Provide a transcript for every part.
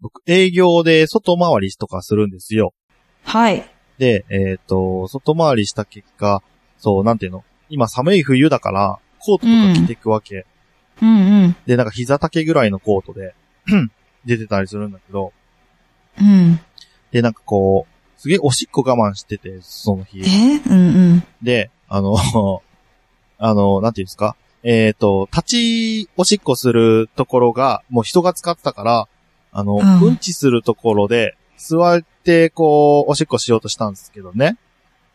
僕、営業で外回りとかするんですよ。はい。で、えっ、と、外回りした結果、そう、なんていうの今寒い冬だから、コートとか着てくわけ。うんうん。で、なんか膝丈ぐらいのコートで、出てたりするんだけど、うん。で、なんかこう、すげえおしっこ我慢してて、その日え。うんうん。で、あの、 あの、なんていうんですかえっ、と、立ちおしっこするところが、もう人が使ったから、あの、ううんん、ちするところで、座って、こう、おしっこしようとしたんですけどね。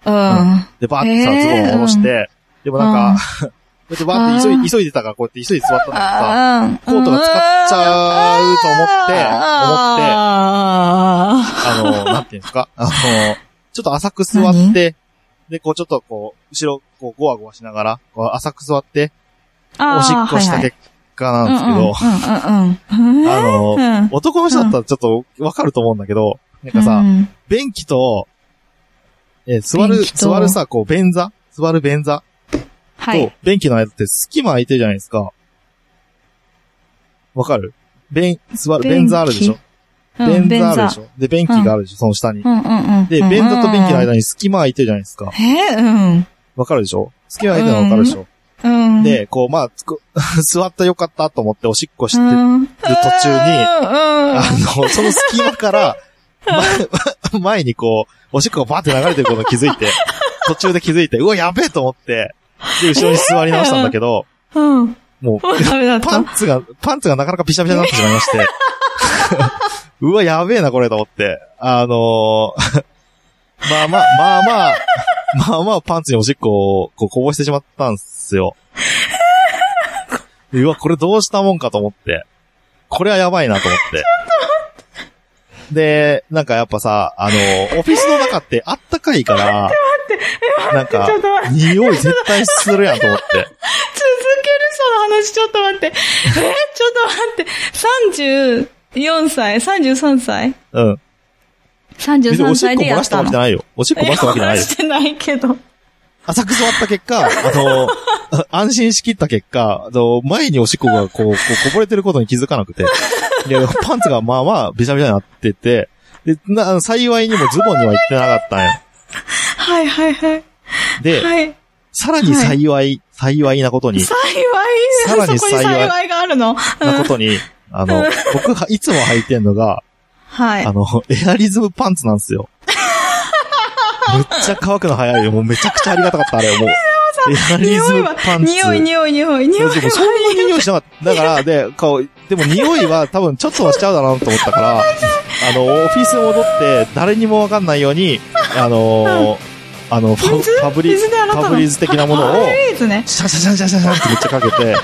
うん。で、バーってさ、えズーボンを下ろして、でもなんか、こうやってバーって急あい急 いでたから、こうやって急いで座ったんだけどさ、あコートが使っちゃうと思って、思って、あ思って、の、なんていうんですか、あの、ちょっと浅く座って、で、こうちょっとこう、後ろ、こう、ゴワゴワしながら、こう浅く座って、あーおしっこした結果なんですけど、はいはいうんうんうんうん。あのうん男の人だったらちょっとわかると思うんだけど、なんかうさ、ん便器と、えー座る、便器と座るさ、こう、便座座る便座はとい。、便器の間って隙間空いてるじゃないですか。わかる便、座る、便座あるでしょうん便座あるでしょで、便器があるでしょその下にう。んうんうん。で、うんうん便座と便器の間に隙間空いてるじゃないですか。えうん。わかるでしょ隙間空いてるのわかるでしょうん。で、こう、まあ、つく 座ったよかったと思っておしっこしてうる途ん、中に、うん。あの、その隙間から、前 前にこう、おしっこがバーって流れてることに気づいて、途中で気づいて、うわ、やべえと思って、で、後ろに座り直したんだけど、うん。ももう、うダメだっパたン。ツが、パンツがなかなかびしゃびしゃになってしまいま して。うわ、やべえな、これ、と思って。あのー まあまあ、まあまあ、まあまあ、パンツにおしっこをこうこぼしてしまったんすよ。うわ、これどうしたもんかと思って。これはやばいなと思って。で、なんかやっぱさ、あのーオフィスの中ってあったかいから、なんかちょっと待っ、て匂い絶対するやんと思って。続けるその話、ちょっと待って。えちょっと待って。34歳 ?33 歳うん。別におしっ ?33 歳こで漏やらっしたわたのけじゃないよ。おしっこ漏らしたわけじゃないよし。てないけど。浅く座った結果、あの、 あ安心しきった結果、あの、前におしっこがこう、こうこぼれてることに気づかなくて、で、パンツがまあまあ、びしゃびしゃになってて、で、な、幸いにもズボンには行ってなかったんよ。はいはいはい。で、はい。さらに幸い、幸いなことに、幸さらい、にそこに幸い幸いがあるの。なことに、あの、僕はいつも履いてんのが、はいあ。の、エアリズムパンツなん ですよ。めっちゃ乾くの早いよ。もうめちゃくちゃありがたかった、あれ。もう、エアリズ匂いムはパ、ンツ。匂い、匂い、匂い、い匂いやでもそんは。なに匂いしなかった。だ から、で、顔、でも匂いは多分ちょっとはしちゃうだろうなと思った から、あの、オフィスに戻って、誰にもわかんないよう に、あのー、あの、ファ水ファブリ、水で洗ったのファブリーズ的なものをファブ、リーズね。シャシャシャシャシャシャってめっちゃかけて、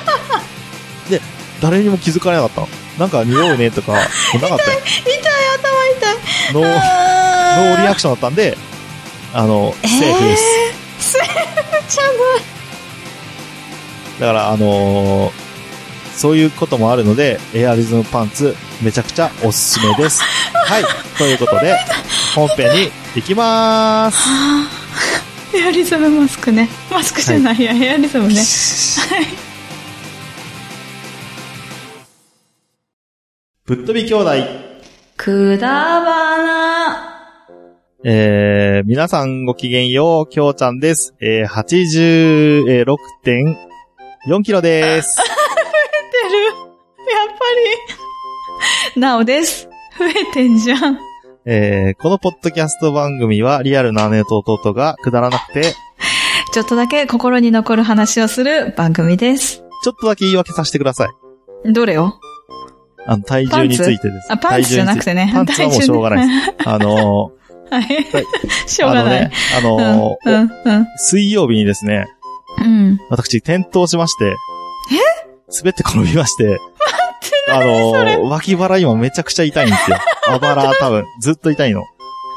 で、誰にも気づかれなかったの。なんか匂うねとか、なかったよ痛い、頭痛い。ノー、あーノーリアクションだったんで、あの、セーフです。す。セーフじゃない。だから、あのーそういうこともあるので、エアリズムパンツ、めちゃくちゃおすすめです。はい。ということで、本編に行きまーす。エアリズムマスクね。マスクじゃないや、エアリズムね。 ぶっ飛び兄弟。くだばな。えー、皆さんごきげんよう、きょうちゃんです。えー、86.4キロです。出る。やっぱり。なおです。増えてんじゃん。えー、このポッドキャスト番組はリアルな姉と弟がくだらなくて、ちょっとだけ心に残る話をする番組です。ちょっとだけ言い訳させてください。どれをあの、体重についてです。あ、パンツじゃなくてね。体重についてパンツはもうしょうがないい。あの はいはい。 しー、ょうあがのなねい。、あうのー、ん、うん、うん水曜日にですね、うん。 私転倒しまして、滑って転びまして、あのー、脇腹今めちゃくちゃ痛いん ですよ。あばら多分、ずっと痛いの。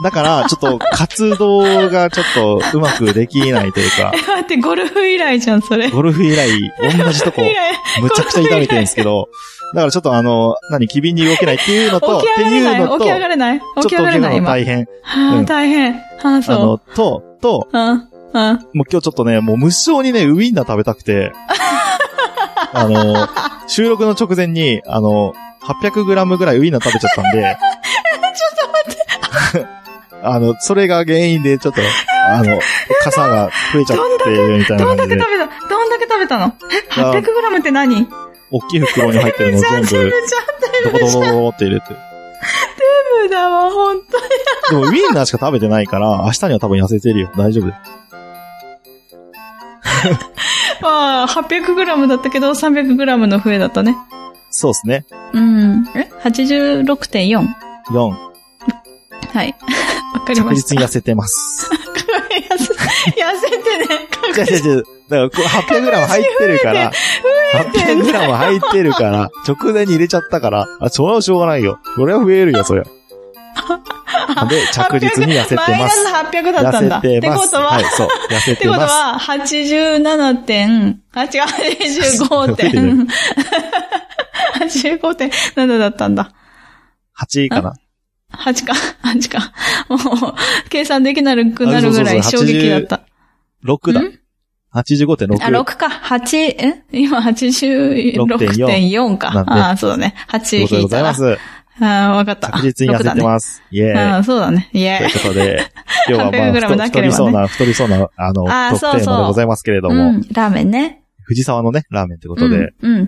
だから、ちょっと活動がちょっとうまくできないというか え、、待って、ゴルフ以来じゃん、それ。ゴルフ以来、同じとこ 以、来。むちゃくちゃ痛めてるんですけど、だからちょっとあの、何、機敏に動けないっていうのと、っ起きて上がいれなうい。の起と、きちょ上がれない。っと起き上がれ怪ない、我の今。は大変。うあ、ん大変。はあ、あその、う。と、と、うん、うん。もう今日ちょっとね、もう無性にね、ウイ ンナー食べたくて、あの、収録の直前に、あの、 800g ぐらいウインナー食べちゃったん で、 ちょっと待って、あの、それが原因でちょっと、あの、傘が増えちゃってるみたいどなんだ感けじで食、べた、どんだけ食べたのえ、あ 800g って何大きい袋に入ってるのを全全部、部じどゃこん、全部どじこゃん、どこって入れて。全部だわ、ほんと。でもウインナーしか食べてないから、明日には多分痩せてるよ。大丈夫だよ。まあ、800g だったけど、300g の増えだったね。そうですね。うん。え ?86.4? 4、はい。わかり確ました。実に痩せてます。痩せ痩せてね。確違う違う違う。だからこう、800g 入ってるから、てんだ 800g 入ってるから、直前に入れちゃったから、あ、それはしょうがないよ。それは増えるよ、そりゃ。で、着実に痩せてマイまナスす。 800だったんだ。痩せっててこます。とは、はい、そう。痩せっててことます。は、87点、あ、違う、85点。85.7だったんだ。 8位かな。 8か、8か。もう、計算できなくなるぐらいあそう衝そうそう撃だった。 6だ。85.6。あ、6か。8、ん今86.4なかん。でああ、そうだね。という8ことでご引いざいたまら。す。ああ、わかった。確実に痩せてます。イすェーイ。ああ、そうだね。いといえう。ことで、今日はまあ、 800グラム太な太ければねりそうな、太りそうな、あの、あー特そう定そうのでございますけれどうも、ん、ラーメンね。藤沢のね、ラーメンってこうとでん。、うん。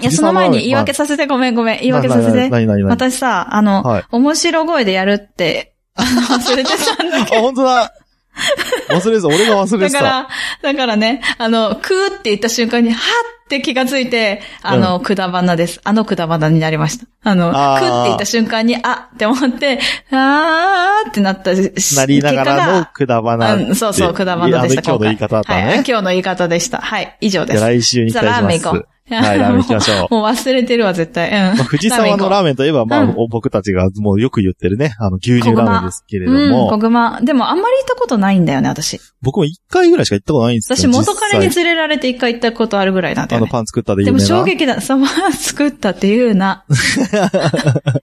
いや、藤その沢の前に言い訳させて、ごめんごめん。言い訳させて。なになになに私さ、あの、はい面白声でやるって、あの忘れてたんだ。あ、本当だ忘れず、俺が忘れだてかた。ら、だからね、あの、くーって言った瞬間に、はっって気がついて、あの、くだばなです。あのくだばなになりました。あの、くあーーって言った瞬間に、あって思って、あーってなったしなりながらの結くだば果ながうんそうそう、くだばなでした。今日の言い方だったはい、今ね。日の言い方でした。はい、以上でじゃあす。来週に期じゃあ待ラしーまメン行こす。う。はいラーメン行きましょう もうもう忘れてるわ、絶対。うん。まあ藤沢のラーメンといえば、まあうん、お僕たちがもうよく言ってるね、あの、牛乳ラーメンですけれどうん、も小、熊。でもあんまり行ったことないんだよね、私。僕も一回ぐらいしか行ったことないんですよ私元彼に実際連れられて一回行ったことあるぐらいなんだあよの、ね。パン作ったでで有も名な。衝撃だ。サマー作ったって言 うな。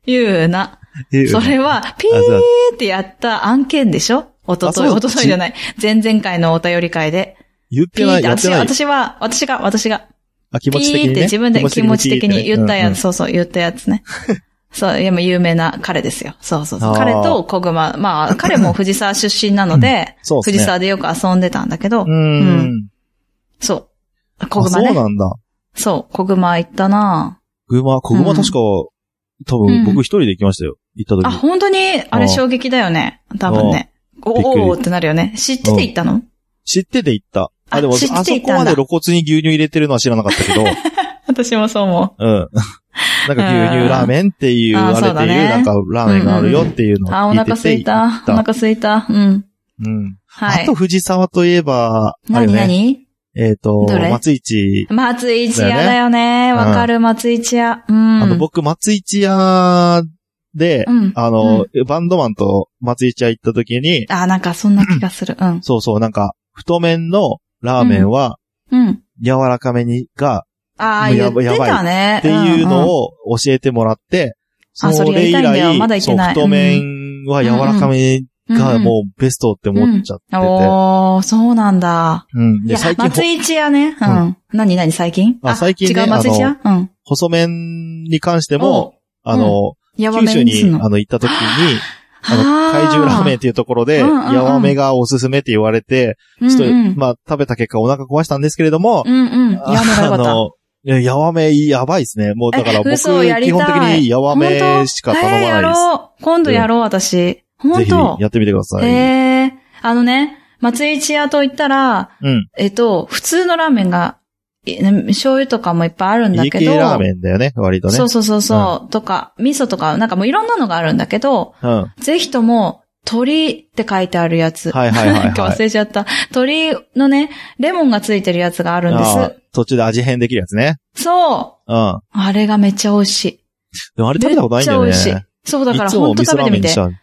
言うな。えそれは、ピーってやった案件でしょおととい、あそうおとといじゃない。前々回のお便り会で。言ってピーなっい、て、やって私ない。私は、私が、私が、あ、気持ちピ的ーに、ってね。自分で気持ち的に言ったやつ、つ。そうそう、言ったや つね。そう、いや、もう有名な彼ですよ。そうそうそう。あー彼と小熊。まあ、彼も藤沢出身なので、そうですね藤沢でよく遊んでたんだけど、うんうんうん。うん。そう。小あ、熊そうね。なんだ。そう、小熊行ったなグマ、小熊確か、多分僕一人で行きましたよ。行ったあ、時。本当に、あれ衝撃だよね。多分ね。びっくりおおーってなるよね。知ってて行ったの知ってて行った。ああ、でも、あ知そってて行っこたんまだで露骨に牛乳入れてるのは知らなか ったけど、うん。私もそう思なん か牛乳ラーメンっていう、あーあれってそうだいう、ねなんかラーメンがあるよっていうのう。をあ、聞おいてて腹すい行たっ。お腹すいた。うん。うん。はあいと、。藤沢といえば、あれ何ね。何えっとどれ、松市。松市屋だよね。よねわかる、松市屋。うん。あの、僕、松市屋でう、ん。あうのん、、バンドマンと松市屋行った時に、あ、なんかそんな気がする。うん。そうそう、なんか、太麺のラーメンは、うん。柔らかめに、が、ああ、もう言やってばたね。っていうのを、を教えてもらって、あそれやりたいんだよまだ行ってそう、ない太麺は柔らかめがうんもうベストって思っちゃってて。おー、そうなんだ。うん。いで、や、最近ほ松市屋ね。うん。何何最近あ最近ね違う松市屋うん。細麺に関しても、あの、やば九め州にすんに、の。あの、行った時に、あの、あー怪獣ラーメンっていうところで、うんうんうんやわめがおすすめって言われて、ちうんょうっんと、まあ、食べた結果お腹壊したんですけれどもう、んうん。やめがよかった。いや、やわめやばいですね。もうだからえ僕、基嘘やりたい本的にやわめしか頼えーまやないです。ろう。今度やろう、私。ぜ本ひ当やってみてください。ええあのね、松井千屋と言ったら、うん。えっと、普通のラーメンが、い醤油とかもいっぱいあるんだ家け系ど、ラーメンだよね、割とね。そうそうそうそう、とか、味噌とか、なんかもういろんなのがあるんだけど、うん。はいぜひとも、鳥って書いてあるやつ。はいはいはなんか忘い。れちゃった。鳥のね、レモンがついてるやつがあるんであー途中で味変できるやつね。す。そううん。あれがめっちゃ美味しい。でもあれ食べたことないんだよめね。っちゃ美味しい。そう、だからいつも本当味噌食べラーメてみンにてし。ちゃう。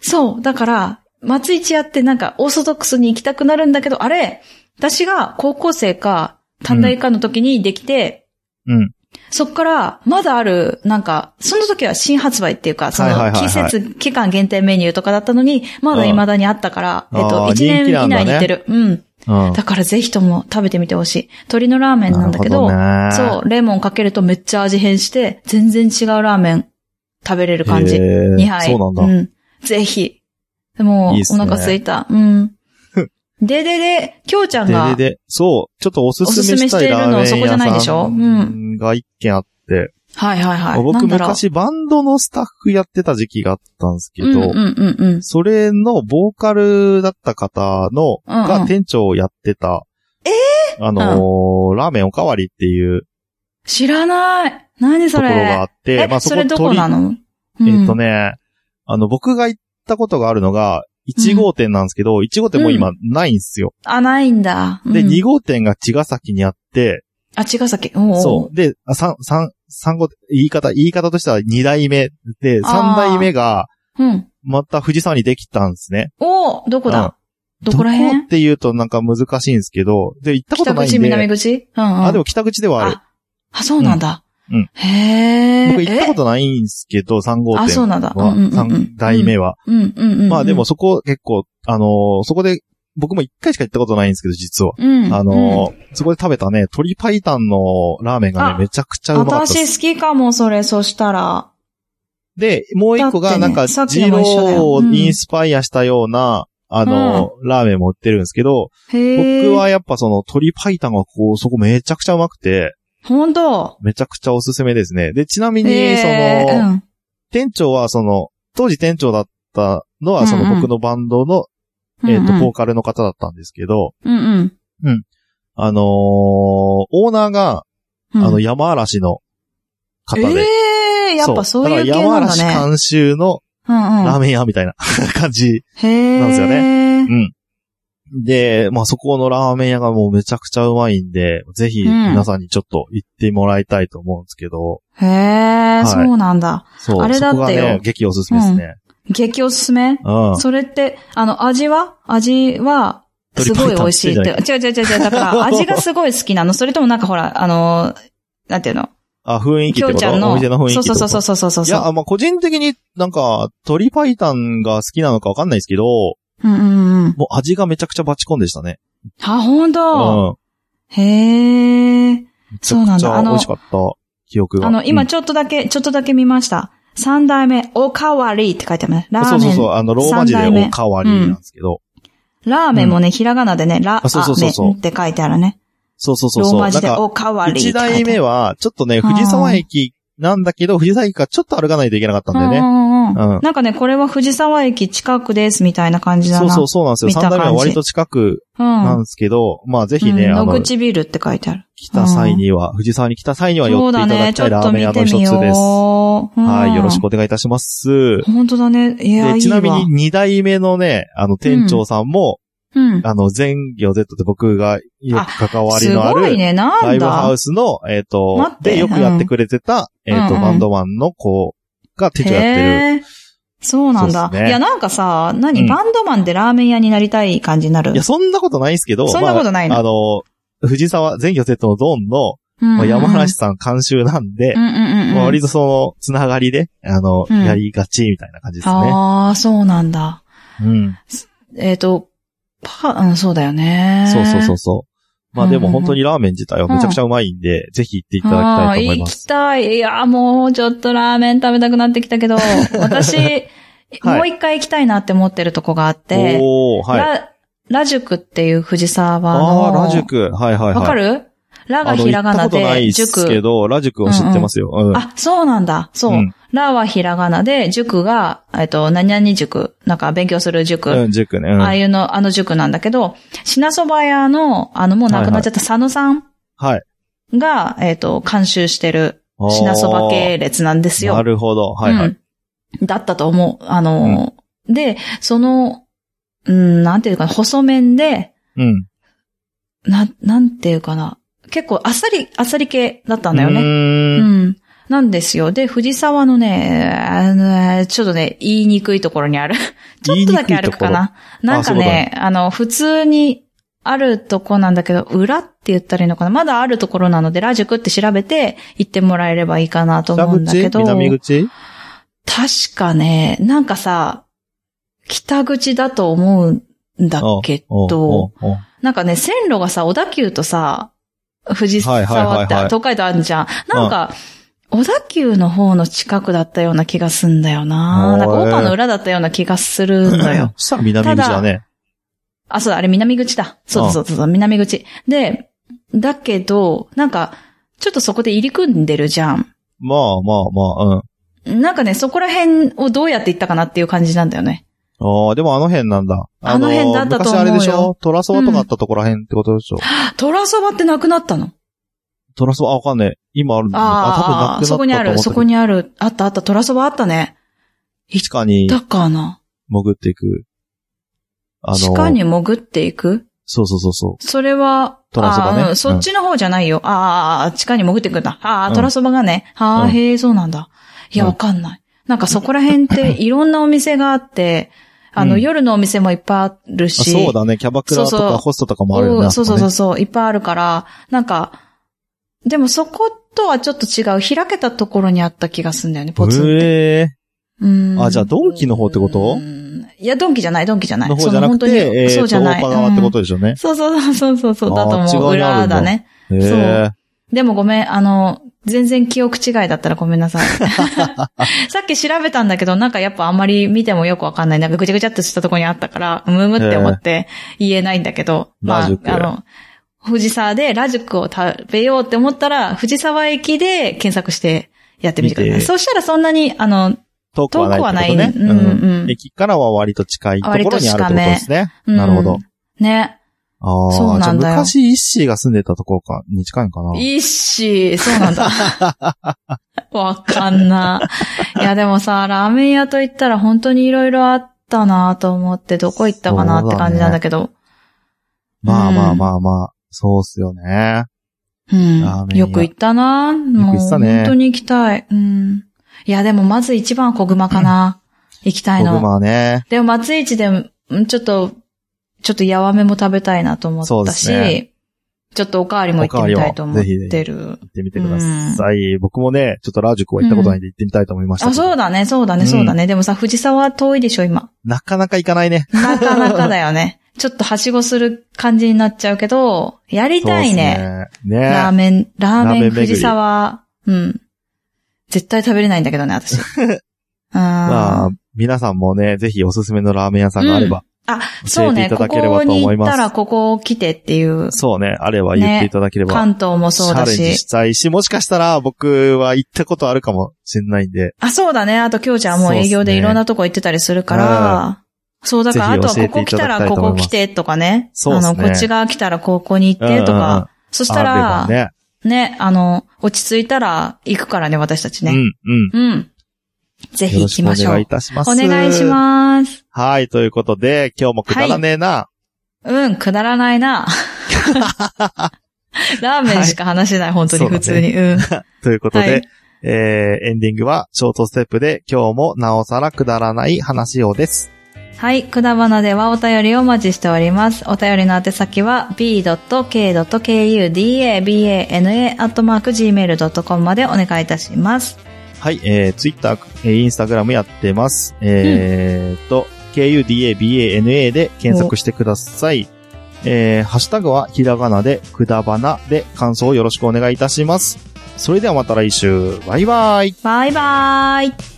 そう。だから、松市屋ってなんかオーソドックスに行きたくなるんだけど、あれ、私が高校生か短大かの時にできて、うん。そっから、まだある、なんか、その時は新発売っていうか、そはいはいのはいは季い節、期間限定メニューとかだったのに、まだ未だにあったから、うんえっと、あー1人年気な以んだね内に行ってる。うん。うん。だからぜひとも食べてみてほしい。鶏のラーメンなんだけど、なるほどねそう、レモンかけるとめっちゃ味変して、全然違うラーメン食べれる感じ。へー2杯。そうなんだ。ん。ぜひ。でもいいっすおね腹空いた。 うん。ででで、きょうちゃんが、ででで、そう、ちょっとおすすめしたいラーメンお屋すすめしてるのそこじゃないでしょさうんんが一軒あって、はいはいはい。な僕んだろう。昔バンドのスタッフやってた時期があったんですけうんうんど、うんうん。それのボーカルだった方の、うんうんが店長をやってた、あのーラーメンおかわりっていう知らない。何とそころれ。があって、え、それどこなの鳥えっとね。ね、あの、僕が行ったことがあるのが、1号店なんですけど、1号店もう今ないんですよ。あ、ないんだ。で、うん2号店が茅ヶ崎にあって、あ、茅ヶ崎。おうおうそう。で、あ三三三号、言い方、言い方としては2代目で、3代目が、うん。また富士山にできたんですね。おうどこだどこらどこ辺って言うとなんか難しいんですけど、で、行ったこと北ない口、んで、南口うんうん。あ、でも北口ではある。あ、あそうなんだ。うんうんへえ。僕行ったことないんですけど、3号店えあ、そうなんだ。うんは、うんうんうん3代目は。うんうんうんうん。まあでもそこ結構、あのーそこで、僕も1回しか行ったことないんですけど、実は。うん、あのーそこで食べたね、鶏白湯のラーメンがね、あめちゃくちゃうんうまかったで私す。好きかも、それ、そしたら。で、もう一個だっがてねなんか、さっきジのロも一緒だーよをうんインスパイアしたような、あのーラーメンも売ってるんですけど、へえ。僕はやっぱその鶏白湯がこう、そこめちゃくちゃうまくて、本当めちゃくちゃおすすめですね。で、ちなみに、そへの、ーうん店長はその、当時店長だったのはそのうんうん僕のバンドの、うんうん、えっ、と、ボーカルの方だったんですけど、うんうん。あのーオーナーが、うんあの、山嵐の方で。ええやっぱそういう系だからなんだ山嵐ね。監修のうんうラーん。メン屋みたいな 感じ。へえ。なんですよね。で、まあ、そこのラーメン屋がもうめちゃくちゃうまいんで、ぜひうん皆さんにちょっと行ってもらいたいと思うんですけど、へえ、いそうなんだ。そう、あれだってよそこがね、激おすすめですね。激おすすめうん。それって、あの、味は味は、すごい美味しいって。違う違う違う違う。だ から、味がすごい好きなのそれともなんかほら、あの、なんていうのあ、雰囲気っきょてうこちゃとんおの。店の雰囲気ってそこうとそうそうそうそうそいう。や、あまあ、個人的になんか、鳥パイタンが好きなのかわかんないですけど、うんうんうん。もう味がめちゃくちゃバチコンでしたね。あ、ほんうん。とへえ。そうめなんちゃくちだ。あゃ美の味し、かった記憶が。あの、う今んちょっとだけ、ちょっとだけ見ました。三代目、おかわりって書いてあるね。ラーメそうン。そうそう、あの、ローマ字で三代目おかわりなんですけど。ラーメンもね、ひらがなでね、ラあそうそうそうそうーメンって書いてあるね。そうそうそうロそーう。マ字で、なんかおかわりって書一いてある。代目は、ちょっとね、ん藤沢駅なんだけど、藤沢駅からちょっと歩かないといけなかったんだようね。んうんうんうんなんかね、これは藤沢駅近くです、みたいな感じだな。そうそう、そうなんですよ。見た三感じ代目は割と近くうなんん。ですけど、まあぜひね、うんあ野の、口ビルって書いてある。来た際には、藤沢に来た際には寄そうっていだただね、きちたょいラっーとメン屋見のて一つみです。よう。はい、よろしくおお願いいたします。本当だね。いや、いいで、わ。ちなみに二代目のね、あの、店長さんも、うん。あの、全業 Z って僕がよく関わりすのあごる、いね、なんだ。ライブハウスの、えっ、と待、ってで、よくやってくれてた、えっ、と、うんうんバンドマンの子が店長やってる。へーそうなんだ。そうっすねいや、なんかさ、う何、んバンドマンでラーメン屋になりたい感じになる。いや、そんなことないんですけど、そんなことないのまあ、あの、藤沢、全業 Z のドンの、うんうんまうあ、ん山嵐さん監修なんで、うんうんうん。まあ、割とその、つながりで、あの、うんやりがちみたいな感じですね。ああ、そうなんだ。うん。えっ、と、パ、うん、そうだよね。そうそうそうそう。まあでもうん本当にラーメン自体はめちゃくちゃうまいんで、ぜひ行っていただきあたあいと思い行まきす。たい。いや、もうちょっとラーメン食べたくなってき たけど、私、はいもう一回行きたいなって思ってるとこがあって、おー、はい。ラ、ラ塾っていう藤沢の、ああ、ラ塾。はいはいはい。わかるラがあのひらが行なったことないで、っすけ塾。ど、ラ塾を知ってますよ。うんあ、そうなんだ。そう。うんラはひらがなで、塾が、えっと、何々塾。なんか勉強する塾。うん、塾ね。うんああいうの、あの塾なんだけど、品そば屋の、あの、もう亡くなっちゃった佐野さんはい。が、えっ、と、監修してる品そば系列なんですよ。なるほど。はいはうい。んだったと思う。あのーで、その、うん、なんていうかな、細麺で、うん。な、なんていうかな。結構あっさり、あっさり系だったんだようね。うーん。ん。なんですよ。で、藤沢のね、あのちょっとね、言いにくいところにある。 ちょっとだけあるかな。なんかあそうだねね、あの、普通にあるとこなんだけど、裏って言ったらいいのかなまだあるところなので、ラジクって調べて行ってもらえればいいかなと北思うんだけ口ど。南口確かね、なんかさ、北口だと思うんだけおうおうど、おうおうなんかね、線路がさ、小田急とさ、藤沢って、はいはいはいはい東海道あるじゃん。なんか、小田急の方の近くだったような気がすんだよおな。ーなんか、オーパの裏だったような気がする のよ。そしたら南口だね。あ、そうだ、あれ南口だ。そうだそうだそうだ、南口。で、だけど、なんか、ちょっとそこで入り組んでるじゃん。まあまあまあ、うん。なんかね、そこら辺をどうやって行ったかなっていう感じなんだよね。ああ、でもあの辺なんだ。あの辺だったと思う昔あれよでしょトラソワとかあったとこら辺ってことでしょ、虎そばってなくなったのトラソワ、あ、わかんねえ。今あるんだ。ああ、そこにある、そこに。にある、あったあった、虎そばあったね。地下にだかな。潜っていく。あ地下に潜っていくそうそうそうそそれは、虎そばねあーううんんそっちの方じゃないよ。ああ、地下に潜っていくんだ。あうあ、ん虎そばがね。ああ、うんへえ、そうなんだ。いや、うんわかんない。なんかそこら辺 っていろんなお店があって、あの、うん夜のお店もいっぱいあるう。あし。そうだね。キャバクラとそうそうかホストとかもあるようね。んそうあこそうねそうそう、いっぱいあるから、なんか、でもそことはちょっと違う、開けたところにあった気がするんだよね、ポツンって。ええうんあじゃあドンキの方ってことうんいや、ドンキじゃない、ドンキじゃない。の方じゃなくその本当にて、えそーうじゃと、ない。大川ってこうとでしょうんね。そうそうそうそうそう、だとあー思う。違うにある裏んだだね。へえそうでもごめん、あの、全然記憶違いだったらごめ んなさい。さっき調べたんだけど、なんかやっぱあんまり見てもよくわかんない。なんかぐちゃぐちゃっとしたとこにあったから、むむって思って言えないんだけど、えまラあジッ、クあの、藤沢でラジックを食べようって思ったら、藤沢駅で検索してやってみてくださ見い。てそうしたらそんなに、あの、遠くはないってことね。遠くはないねうんうん駅からは割と近いところにあるってことですね。うんなるほど。。ね。ああ、そうなんだよじゃあ昔、イッシーが住んでたところか、に近いんかな。いいし、そうなんだ。 わかんな。いや、でもさ、ラーメン屋と言ったら本当にいろいろあったなと思って、どこ行ったかなって感じなんだけど。まあまあまあまあ、そうっすよね。うんラー。メン屋よく行ったなも行っう、本たね当に行きたい。うん。いや、でもまず一番は小熊かな。行きたい僕の。はね。でも松市で、んちょっと、ちょっとやわめも食べたいなと思そうっでたすし、ねちょっとおかわりも行ってみたいと思ってる行。ってみてください。僕もね、ちょっとラージュクは行ったことないんで行ってみたいと思いましたあ、けど。そうだね、そうだね、そうだね。でもさ、藤沢遠いでしょ、今。なかなか行かないね。なかなかだ よね。ちょっとはしごする感じになっちゃうけど、やりたいね。そうっすね。ラーねメン、ラーラーメメンン巡り藤沢。うん。絶対食べれないんだけどね、 私。まああ、皆さんもね、ぜひおすすめのラーメン屋さんがあれば、あ、そう教ね、えていこただけれこばとに思行いっますたらここ来てっていう、そうね、あれば言っていただければ、関東もチそうャだレンジしし。たいし、もしかしたら僕は行ったことあるかもしれないんで、あ、そうだね。あと、今日ちゃんもう営業でいろんなとこ行ってたりするから、そう、だから、あぜひとは教えこてこい来ただたきらたいとこ思いこます来てとかね。そうあっすねの、こっち側来たらここに行ってとうんうんうんか、そしたあら、ればね。ね、あの、落ち着いたら行くからね、私たちうね。ん、うん。うん。ぜひよろ行しきくおましょう。願いいたします。お願いします。はい、ということで、今日もくだらねえな。うん、くだらない な。ラーメンしか話せない、本当に普通に。うん。ということで、はいえー、エンディングはショートステップで、今日もなおさらくだらない話をです。はい。くだばなではお便りをお待ちしております。お便りの宛先は b.k.kudabana.gmail.com までお願いいたします。はい、えー、ツイッター、えー、インスタグラムやってます。えーっと、KUDABANA で検索してください。えー、ハッシュタグはひらがなで、くだばなで感想をよろしくお願いいたします。それではまた来週、バイバイバイバーイ。